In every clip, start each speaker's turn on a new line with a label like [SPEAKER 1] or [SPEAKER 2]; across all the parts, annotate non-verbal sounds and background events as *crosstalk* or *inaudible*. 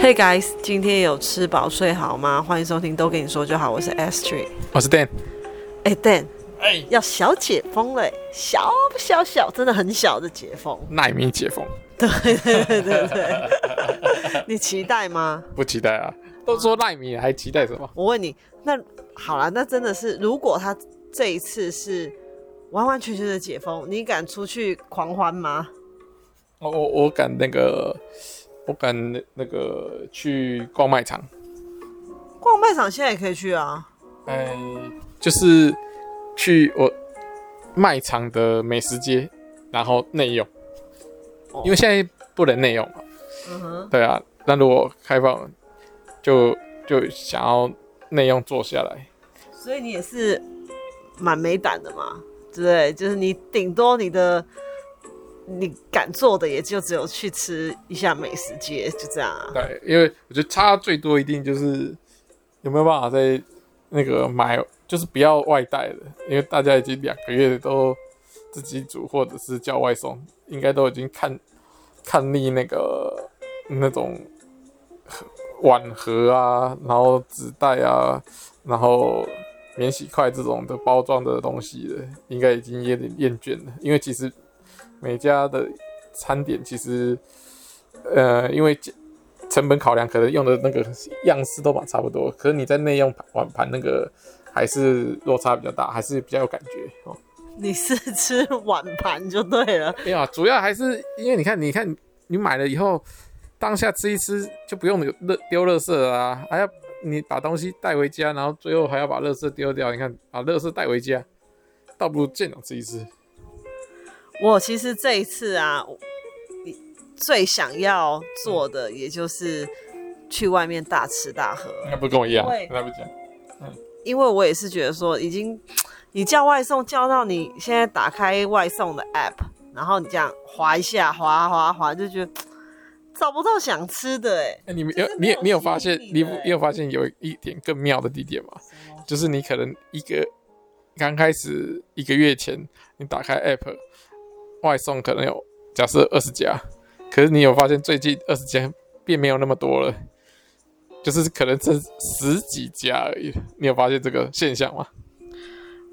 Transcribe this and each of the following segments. [SPEAKER 1] Hey guys，今天有吃饱睡好吗？欢迎收听，都跟你说就好。我是 Astrid。
[SPEAKER 2] 我是 Dan，
[SPEAKER 1] 哎、Dan，
[SPEAKER 2] 哎、
[SPEAKER 1] 要小解封了、小小小，真的很小的解封。 *laughs*
[SPEAKER 2] 那也没解封，
[SPEAKER 1] 对对对对对，你期待吗？
[SPEAKER 2] 不期待啊！都说赖米了还期待什么？
[SPEAKER 1] 我问你，那好啦，那真的是，如果他这一次是完完全全的解封，你敢出去狂欢吗？
[SPEAKER 2] 哦我我我敢那个，我敢那个去逛卖场，
[SPEAKER 1] 逛卖场现在也可以去啊。
[SPEAKER 2] 哎、就是去我卖场的美食街，然后内用
[SPEAKER 1] 哦，
[SPEAKER 2] 因为现在不能内用嘛。
[SPEAKER 1] 嗯哼，
[SPEAKER 2] 对啊，那如果开放，就就想要内用坐下来。
[SPEAKER 1] 所以你也是蛮没胆的嘛，对不对？就是你顶多你的你敢做的也就只有去吃一下美食街，就这样啊。
[SPEAKER 2] 对，因为我觉得差最多一定就是有没有办法在那个买，就是不要外带的，因为大家已经两个月都自己煮或者是叫外送，应该都已经看看腻那个那种碗盒啊，然后纸袋啊，然后免洗筷这种的包装的东西了，应该已经有点厌倦了，因为其实每家的餐点其实。呃，因为成本考量，可能用的那个样式都蛮差不多，可是你在内用盘碗盘那个还是落差比较大，还是比较有感觉哦。
[SPEAKER 1] 你是吃碗盘就对了，
[SPEAKER 2] 没有啊，主要还是因为你看，你看你买了以后，当下吃一吃就不用有垃丢垃圾了啊，还要你把东西带回家，然后最后还要把垃圾丢掉。你看，把垃圾带回家，倒不如现场吃一吃。
[SPEAKER 1] 我其实这一次啊，我你最想要做的也就是去外面大吃大喝，
[SPEAKER 2] 那不跟我一样
[SPEAKER 1] 对，
[SPEAKER 2] 那不讲。
[SPEAKER 1] 因为我也是觉得说，已经你叫外送叫到你现在打开外送的 app，然后你这样滑一下，滑滑滑，就觉得找不到想吃的哎、
[SPEAKER 2] 哎、你们
[SPEAKER 1] 就
[SPEAKER 2] 有
[SPEAKER 1] 是
[SPEAKER 2] 你
[SPEAKER 1] 没
[SPEAKER 2] 也
[SPEAKER 1] 有
[SPEAKER 2] 你有
[SPEAKER 1] 吸
[SPEAKER 2] 发
[SPEAKER 1] 引
[SPEAKER 2] 现
[SPEAKER 1] 力
[SPEAKER 2] 你
[SPEAKER 1] 的欸
[SPEAKER 2] 你有发现有一点更妙的地点吗？就是你可能一个刚开始一个月前，你打开 app 外送可能有假设二十家，可是你有发现最近二十家并没有那么多了，就是可能这十几家而已。你有发现这个现象吗？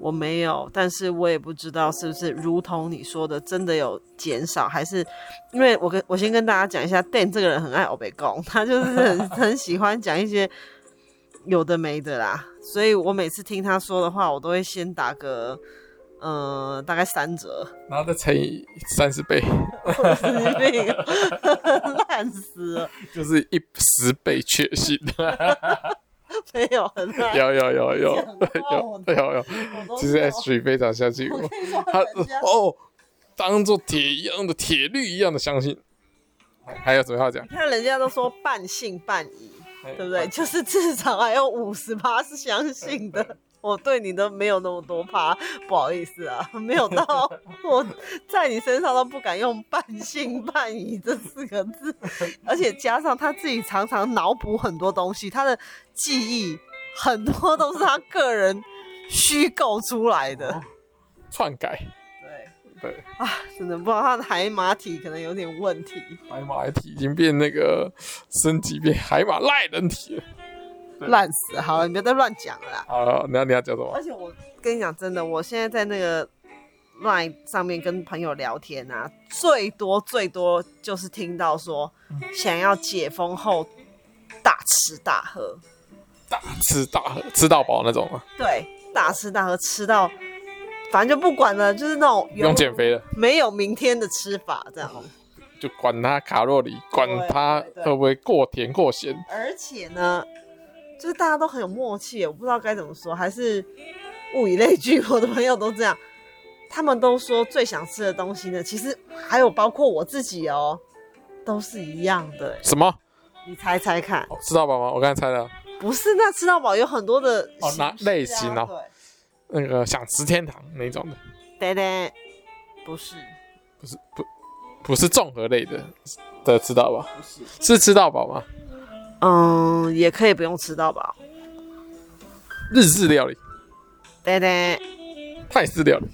[SPEAKER 1] 我没有，但是我也不知道是不是如同你说的，真的有减少，还是因为我跟我先跟大家讲一下，Dan 这个人很爱欧北贡，他就是很很喜欢讲一些有的没的啦，所以我每次听他说的话，我都会先打个呃大概三折，
[SPEAKER 2] 然后再乘以三十倍，
[SPEAKER 1] 神经病， *laughs* 烂死了，
[SPEAKER 2] 就是一十倍确信。
[SPEAKER 1] 没有很 *laughs* 烂，
[SPEAKER 2] 有有有有有
[SPEAKER 1] 我
[SPEAKER 2] 有有有，
[SPEAKER 1] 我都
[SPEAKER 2] 其实
[SPEAKER 1] 没有
[SPEAKER 2] S 3非常相信我
[SPEAKER 1] 我。跟你说
[SPEAKER 2] 他
[SPEAKER 1] 人家
[SPEAKER 2] 哦，当做铁一样的铁律一样的相信。还有什么要讲？哎
[SPEAKER 1] 你看人家都说半信半疑，对不对？ *laughs* 就是至少还有五十趴是相信
[SPEAKER 2] *laughs*
[SPEAKER 1] 的。我对你都没有那么多趴，不好意思啊， *laughs* 没有
[SPEAKER 2] *laughs*
[SPEAKER 1] 到我在你身上都不敢用半信半疑这四个
[SPEAKER 2] *laughs*
[SPEAKER 1] 字，而且加上他自己常常脑补很多东西，他的记忆很多都是他个人虚构出来的。
[SPEAKER 2] 篡改？
[SPEAKER 1] 对，
[SPEAKER 2] 哦
[SPEAKER 1] 啊
[SPEAKER 2] 对，
[SPEAKER 1] 真的不知道他的海马体可能有点问题。
[SPEAKER 2] 海马体已经变那个升级变海马赖人体了。对
[SPEAKER 1] 烂死了！好了，你别再乱讲了啦。
[SPEAKER 2] 好了，那你要讲什么
[SPEAKER 1] 而？且我跟你讲真的，我现在在那个 Line 上面跟朋友聊天啊，最多最多就是听到说想要解封后大吃大喝，
[SPEAKER 2] 大吃大喝，吃到饱那种啊吗？
[SPEAKER 1] 对，大吃大喝吃到，反正就不管了，就是那种
[SPEAKER 2] 不用减，肥了，
[SPEAKER 1] 没有明天的吃法这样。
[SPEAKER 2] 就管它卡路里，管它
[SPEAKER 1] 对对
[SPEAKER 2] 会不会过甜过咸。
[SPEAKER 1] 而且呢，就是大家都很有默契，我不知道该怎么说，还是物以类聚，我的朋友都这样。他们都说最想吃的东西呢，其实还有包括我自己哦，都是一样的欸。
[SPEAKER 2] 什么？
[SPEAKER 1] 你猜猜看，
[SPEAKER 2] 哦吃到饱吗？我刚才猜了，
[SPEAKER 1] 不是？那吃到饱有很多的
[SPEAKER 2] 哦
[SPEAKER 1] 形
[SPEAKER 2] 那
[SPEAKER 1] 式啊
[SPEAKER 2] 类型哦
[SPEAKER 1] 对
[SPEAKER 2] 那个想吃天堂那种的，，
[SPEAKER 1] 对对，不是，
[SPEAKER 2] 不是不不是综合类的的吃到饱，
[SPEAKER 1] 不是，
[SPEAKER 2] 是吃到饱吗？
[SPEAKER 1] 嗯，也可以不用吃到饱。
[SPEAKER 2] 日式料理、
[SPEAKER 1] 对对
[SPEAKER 2] 泰式料理、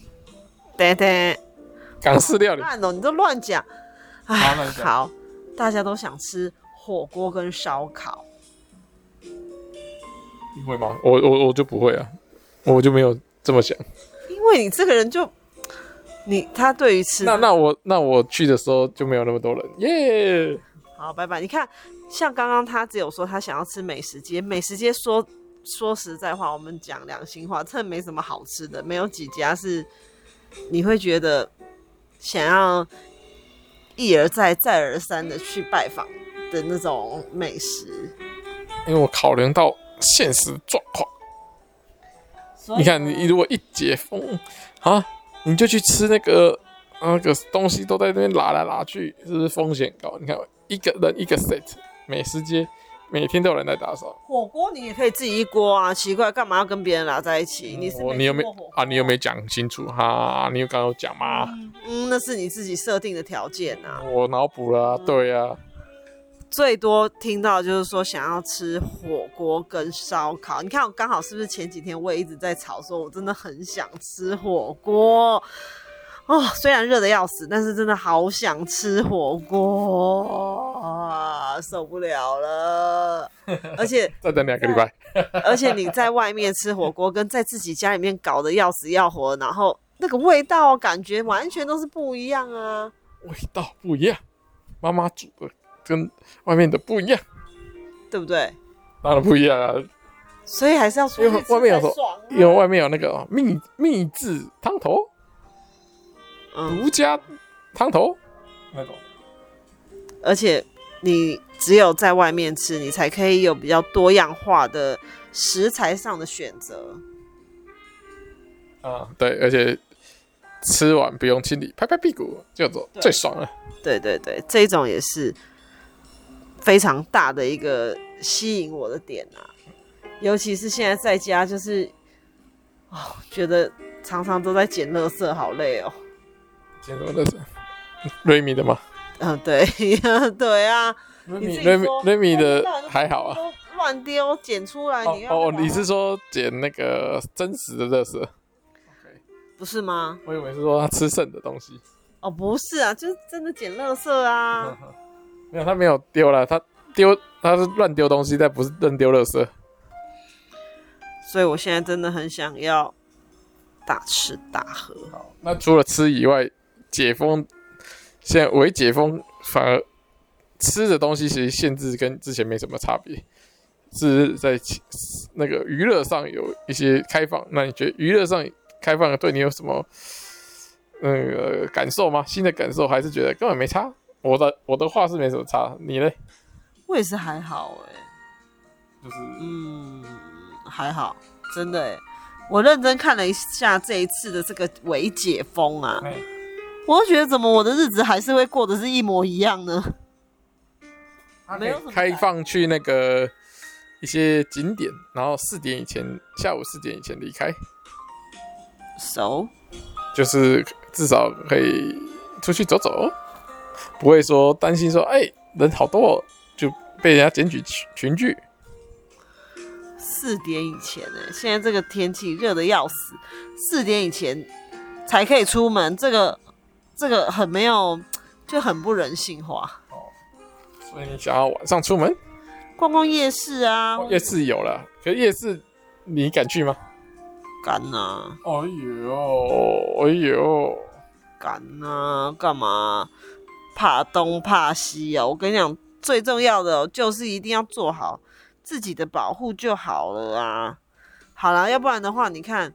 [SPEAKER 1] 对对，
[SPEAKER 2] 港式料理。
[SPEAKER 1] 烂哦，你都乱讲。
[SPEAKER 2] 好，那你讲
[SPEAKER 1] 好，大家都想吃火锅跟烧烤。
[SPEAKER 2] 你会吗？我我我就不会啊，我就没有这么想。
[SPEAKER 1] 因为你这个人就，你他对于吃
[SPEAKER 2] 那那我那我去的时候就没有那么多人，耶、
[SPEAKER 1] 好，拜拜。你看，像刚刚他只有说他想要吃美食街，美食街说说实在话，我们讲良心话，真的没什么好吃的，没有几家是你会觉得想要一而再、再而三的去拜访的那种美食。
[SPEAKER 2] 因为我考量到现实状况。
[SPEAKER 1] 所以
[SPEAKER 2] 你看，你如果一解封啊，你就去吃那个那个东西，都在那边拉来拉去，是不是风险高？你看，一个人一个 set，美食街每天都有人来打扫。
[SPEAKER 1] 火锅你也可以自己一锅啊，奇怪，干嘛要跟别人拿在一起？你是
[SPEAKER 2] 我哦你有没
[SPEAKER 1] 吃过火锅
[SPEAKER 2] 啊？你有没有讲清楚哈、你有刚刚有讲吗？
[SPEAKER 1] 嗯，那是你自己设定的条件啊。
[SPEAKER 2] 我脑补了啊、对呀、啊，
[SPEAKER 1] 最多听到就是说想要吃火锅跟烧烤。你看我刚好是不是前几天我也一直在吵，说我真的很想吃火锅哦，虽然热的要死，但是真的好想吃火锅啊，受不了了。而且
[SPEAKER 2] 再等两个礼拜。
[SPEAKER 1] 而且你在外面吃火锅，跟在自己家里面搞得要死要活，然后那个味道感觉完全都是不一样啊。
[SPEAKER 2] 味道不一样，妈妈煮的跟外面的不一样，
[SPEAKER 1] 对不对？
[SPEAKER 2] 当然不一样啊，
[SPEAKER 1] 所以还是要出
[SPEAKER 2] 因
[SPEAKER 1] 去
[SPEAKER 2] 为
[SPEAKER 1] 吃
[SPEAKER 2] 外面有
[SPEAKER 1] 才
[SPEAKER 2] 说
[SPEAKER 1] 爽啊、，
[SPEAKER 2] 因为外面有那个秘秘制汤头，
[SPEAKER 1] 嗯，
[SPEAKER 2] 独家汤头那种。
[SPEAKER 1] 而且你只有在外面吃，你才可以有比较多样化的食材上的选择。
[SPEAKER 2] 啊，对，而且吃完不用清理，拍拍屁股就走，
[SPEAKER 1] 对
[SPEAKER 2] 最爽了。
[SPEAKER 1] 对对对，这种也是非常大的一个吸引我的点啊，尤其是现在在家，就是哦，觉得常常都在捡垃圾，好累哦。
[SPEAKER 2] 今天的是瑞米的吗？
[SPEAKER 1] 嗯，对， *laughs* 对啊，
[SPEAKER 2] 瑞
[SPEAKER 1] 你
[SPEAKER 2] 米
[SPEAKER 1] 自己
[SPEAKER 2] 瑞米
[SPEAKER 1] 说
[SPEAKER 2] 瑞米的还好啊。
[SPEAKER 1] 都乱丢捡出来，
[SPEAKER 2] 哦
[SPEAKER 1] 啊你要
[SPEAKER 2] 哦，
[SPEAKER 1] 干嘛
[SPEAKER 2] 你是说捡那个真实的乐色？
[SPEAKER 1] 不是吗？
[SPEAKER 2] 我以为是说他吃剩的东西。
[SPEAKER 1] 哦，不是啊，就是真的捡垃圾
[SPEAKER 2] 嗯
[SPEAKER 1] 啊。
[SPEAKER 2] *laughs* 没有，他没有丢了，他丢他是乱丢东西，但不是乱丢乐色。
[SPEAKER 1] 所以我现在真的很想要大吃大喝。
[SPEAKER 2] 好，那除了吃以外，解封现在微解封反而吃的东西其实限制跟之前没什么差别，只是在其那个娱乐上有一些开放。那你觉得娱乐上开放对你有什么那个、感受吗？新的感受还是觉得根本没差？我的我的话是没什么差，你嘞？
[SPEAKER 1] 我也是还好哎、
[SPEAKER 2] 就是
[SPEAKER 1] 嗯，还好，真的哎、我认真看了一下这一次的这个微解封啊，
[SPEAKER 2] 哎
[SPEAKER 1] 我就觉得怎么我的日子还是会过得是一模一样呢？没有什么
[SPEAKER 2] 开放去那个一些景点，然后四点以前，下午四点以前离开。
[SPEAKER 1] 熟
[SPEAKER 2] 就是至少可以出去走走，不会说担心说，哎、人好多、哦、就被人家检举群群聚。
[SPEAKER 1] 四点以前哎、现在这个天气热的要死，四点以前才可以出门，这个这个很没有，就很不人性化。
[SPEAKER 2] 所以你想要晚上出门，
[SPEAKER 1] 逛逛夜市啊，
[SPEAKER 2] 夜市有了，可是夜市你敢去吗？
[SPEAKER 1] 干啊。
[SPEAKER 2] 哎呦，哎呦，
[SPEAKER 1] 干啊，干嘛？怕东怕西啊！我跟你讲，最重要的哦就是一定要做好自己的保护就好了啊。好啦，要不然的话，你看，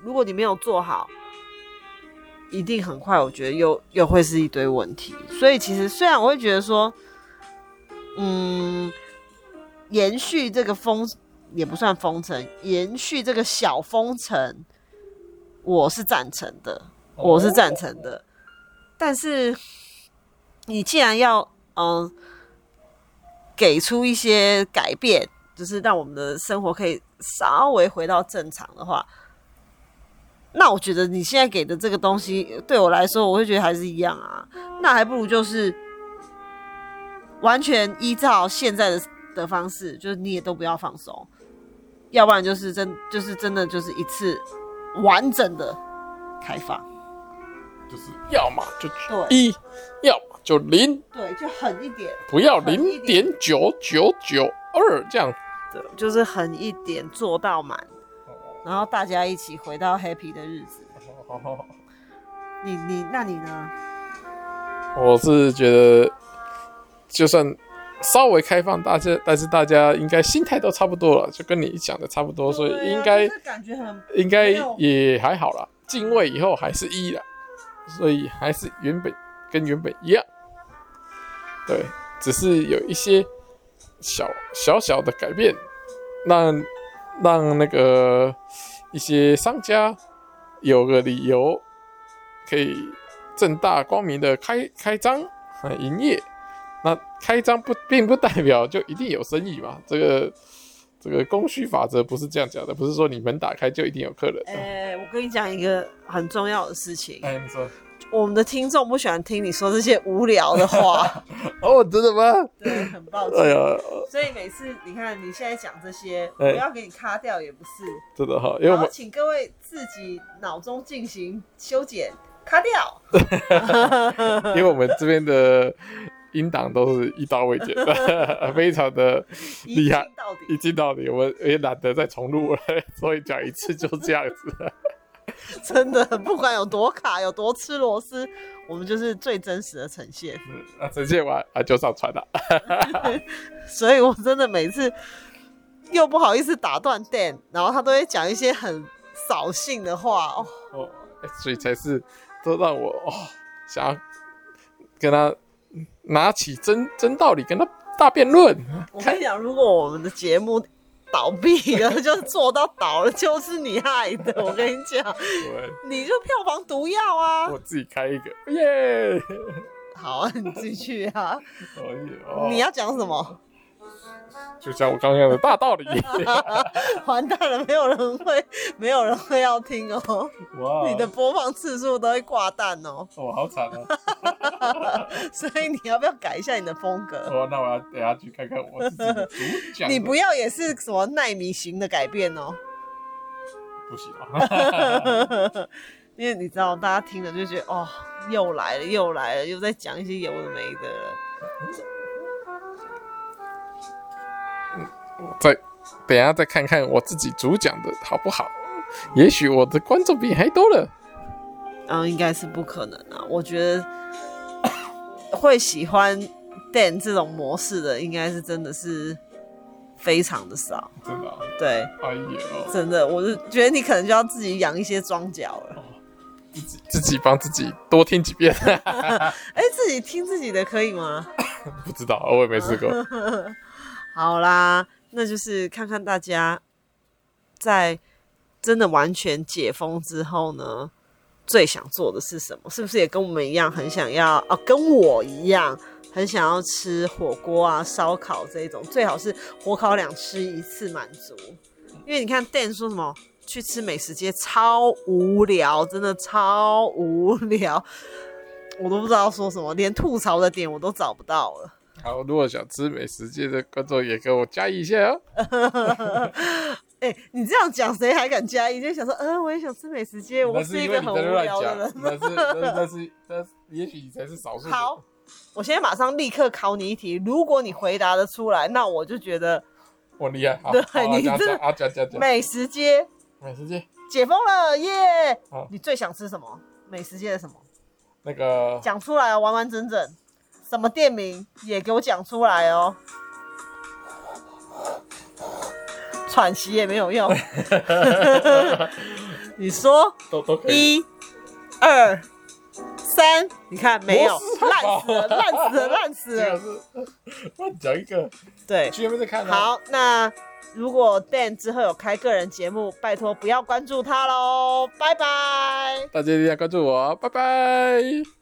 [SPEAKER 1] 如果你没有做好，一定很快，我觉得又又会是一堆问题。所以其实虽然我会觉得说，嗯，延续这个封也不算封城，延续这个小封城，我是赞成的。
[SPEAKER 2] 哦
[SPEAKER 1] 我是赞成的。但是你既然要嗯、呃给出一些改变，就是让我们的生活可以稍微回到正常的话，那我觉得你现在给的这个东西对我来说，我会觉得还是一样啊。那还不如就是完全依照现在的的方式，就是你也都不要放松，要不然就是真就是真的就是一次完整的开放。
[SPEAKER 2] 就是要么就
[SPEAKER 1] 对
[SPEAKER 2] 一，要么就就零，
[SPEAKER 1] 对，就狠一点，
[SPEAKER 2] 不要
[SPEAKER 1] 狠一
[SPEAKER 2] 零点九九九二这样。
[SPEAKER 1] 对，就是狠一点做到满，
[SPEAKER 2] 哦
[SPEAKER 1] 然后大家一起回到 happy 的日子。你你那你呢？
[SPEAKER 2] 我是觉得，就算稍微开放，大家但是大家应该心态都差不多了，就跟你讲的差不多，所以
[SPEAKER 1] 对啊
[SPEAKER 2] 应该、
[SPEAKER 1] 就是感觉很
[SPEAKER 2] 应该
[SPEAKER 1] 没有
[SPEAKER 2] 也还好啦。进位以后还是一啦，所以还是原本跟原本一样。对，只是有一些小小小的改变，让让那个一些商家有个理由可以正大光明的开开张啊营业。那开张不并不代表就一定有生意嘛，这个这个供需法则不是这样讲的，不是说你门打开就一定有客人。
[SPEAKER 1] 呃、我跟你讲一个很重要的事情，
[SPEAKER 2] 哎，你说
[SPEAKER 1] 我们的听众不喜欢听你说这些无聊的话，
[SPEAKER 2] 哦，真的吗？
[SPEAKER 1] 对，很抱
[SPEAKER 2] 哎
[SPEAKER 1] 歉。
[SPEAKER 2] 呀，
[SPEAKER 1] 所以每次你看你现在讲这些，我
[SPEAKER 2] 哎
[SPEAKER 1] 要给你卡掉也不是，
[SPEAKER 2] 真的哈，因为我
[SPEAKER 1] 然后
[SPEAKER 2] 们
[SPEAKER 1] 请各位自己脑中进行修剪，卡掉。
[SPEAKER 2] 因为我们这边的音档都是一刀未剪 *laughs* 的，非常的
[SPEAKER 1] 一
[SPEAKER 2] 厉害
[SPEAKER 1] 镜到底
[SPEAKER 2] 一镜到底，我们也懒得再重录了，所以讲一次就这样子。
[SPEAKER 1] 真的，不管有多卡，有多吃螺丝，我们就是最真实的呈现。
[SPEAKER 2] 嗯啊，呈现完啊就上传了。
[SPEAKER 1] 所以我真的每次又不好意思打断 Dan，然后他都会讲一些很扫兴的话哦。
[SPEAKER 2] 哦， *laughs* 所以才是都让我哦想要跟他嗯拿起真真道理跟他大辩论。
[SPEAKER 1] 我跟你讲，如果我们的节目倒闭了，就是做到倒了，就是你害的。我跟你讲，
[SPEAKER 2] 对，
[SPEAKER 1] 你就票房毒药啊
[SPEAKER 2] 我！自己开一个耶。
[SPEAKER 1] 好啊，你自己去啊。
[SPEAKER 2] 可以哦，
[SPEAKER 1] 你要讲什么？
[SPEAKER 2] 就像我刚刚的大道
[SPEAKER 1] *laughs*
[SPEAKER 2] 理，
[SPEAKER 1] 完蛋了，没有人会，没有人会要听哦。
[SPEAKER 2] 哇
[SPEAKER 1] 你的播放次数都会挂蛋哦。
[SPEAKER 2] 我好惨啊！
[SPEAKER 1] *laughs* 所以你要不要改一下你的风格？
[SPEAKER 2] 哦，那我要等下去看看我自己的主讲。
[SPEAKER 1] 你不要也是什么耐米型的改变哦， *laughs*
[SPEAKER 2] 不行啊？ *laughs*
[SPEAKER 1] 因为你知道大家听了就觉得哦，又来了又来了，又在讲一些有的没的了。
[SPEAKER 2] 再等下再看看我自己主讲的好不好？也许我的观众比你还多了。
[SPEAKER 1] 然嗯后应该是不可能啊，我觉得会喜欢 Dan 这种模式的，应该是真的是非常的少。
[SPEAKER 2] 真的、啊，
[SPEAKER 1] 对，
[SPEAKER 2] 哎呦，
[SPEAKER 1] 真的，我就觉得你可能就要自己养一些庄脚了。
[SPEAKER 2] 自己自己帮自己多听几遍，
[SPEAKER 1] 哎、自己听自己的可以吗？
[SPEAKER 2] 不知道，我也没试过。
[SPEAKER 1] 好啦，那就是看看大家在真的完全解封之后呢，最想做的是什么？是不是也跟我们一样，很想要啊？跟我一样，很想要吃火锅啊、烧烤这一种，最好是火烤两吃一次满足。因为你看 Dan 说什么？去吃美食街超无聊，真的超无聊，我都不知道说什么，连吐槽的点我都找不到了。
[SPEAKER 2] 好，如果想吃美食界的观众也给我加一下哦。
[SPEAKER 1] 哎、你这样讲，谁还敢加一？就想说，嗯、我也想吃美食街，我
[SPEAKER 2] 那
[SPEAKER 1] 是
[SPEAKER 2] 是
[SPEAKER 1] 一
[SPEAKER 2] 因为
[SPEAKER 1] 个
[SPEAKER 2] 你
[SPEAKER 1] 很
[SPEAKER 2] 在那
[SPEAKER 1] 无
[SPEAKER 2] 乱
[SPEAKER 1] 聊的
[SPEAKER 2] 讲，
[SPEAKER 1] 人。 *laughs*
[SPEAKER 2] 那是那那是那是，也许你才是少数。
[SPEAKER 1] 好，我现在马上立刻考你一题，如果你回答得出来，那我就觉得
[SPEAKER 2] 我厉害。好
[SPEAKER 1] 对
[SPEAKER 2] 好啊
[SPEAKER 1] 你
[SPEAKER 2] 讲
[SPEAKER 1] 真的
[SPEAKER 2] 讲啊，讲讲讲，
[SPEAKER 1] 美食街
[SPEAKER 2] 美食界
[SPEAKER 1] 解封了耶
[SPEAKER 2] 好！
[SPEAKER 1] 你最想吃什么？美食街的什么？
[SPEAKER 2] 那个
[SPEAKER 1] 讲出来哦，完完整整，什么店名也给我讲出来哦。喘息也没有
[SPEAKER 2] *laughs*
[SPEAKER 1] 用，你说。
[SPEAKER 2] 都都可以。
[SPEAKER 1] 一、二、三，你看没有？烂死了，烂死了，烂死
[SPEAKER 2] *laughs* 这个
[SPEAKER 1] 了。
[SPEAKER 2] 是乱讲一个，
[SPEAKER 1] 对，
[SPEAKER 2] 去那边再看、啊。
[SPEAKER 1] 好，那如果 Dan 之后有开个人节目，拜托不要关注他喽，拜拜。
[SPEAKER 2] 大家一定要关注我，拜拜。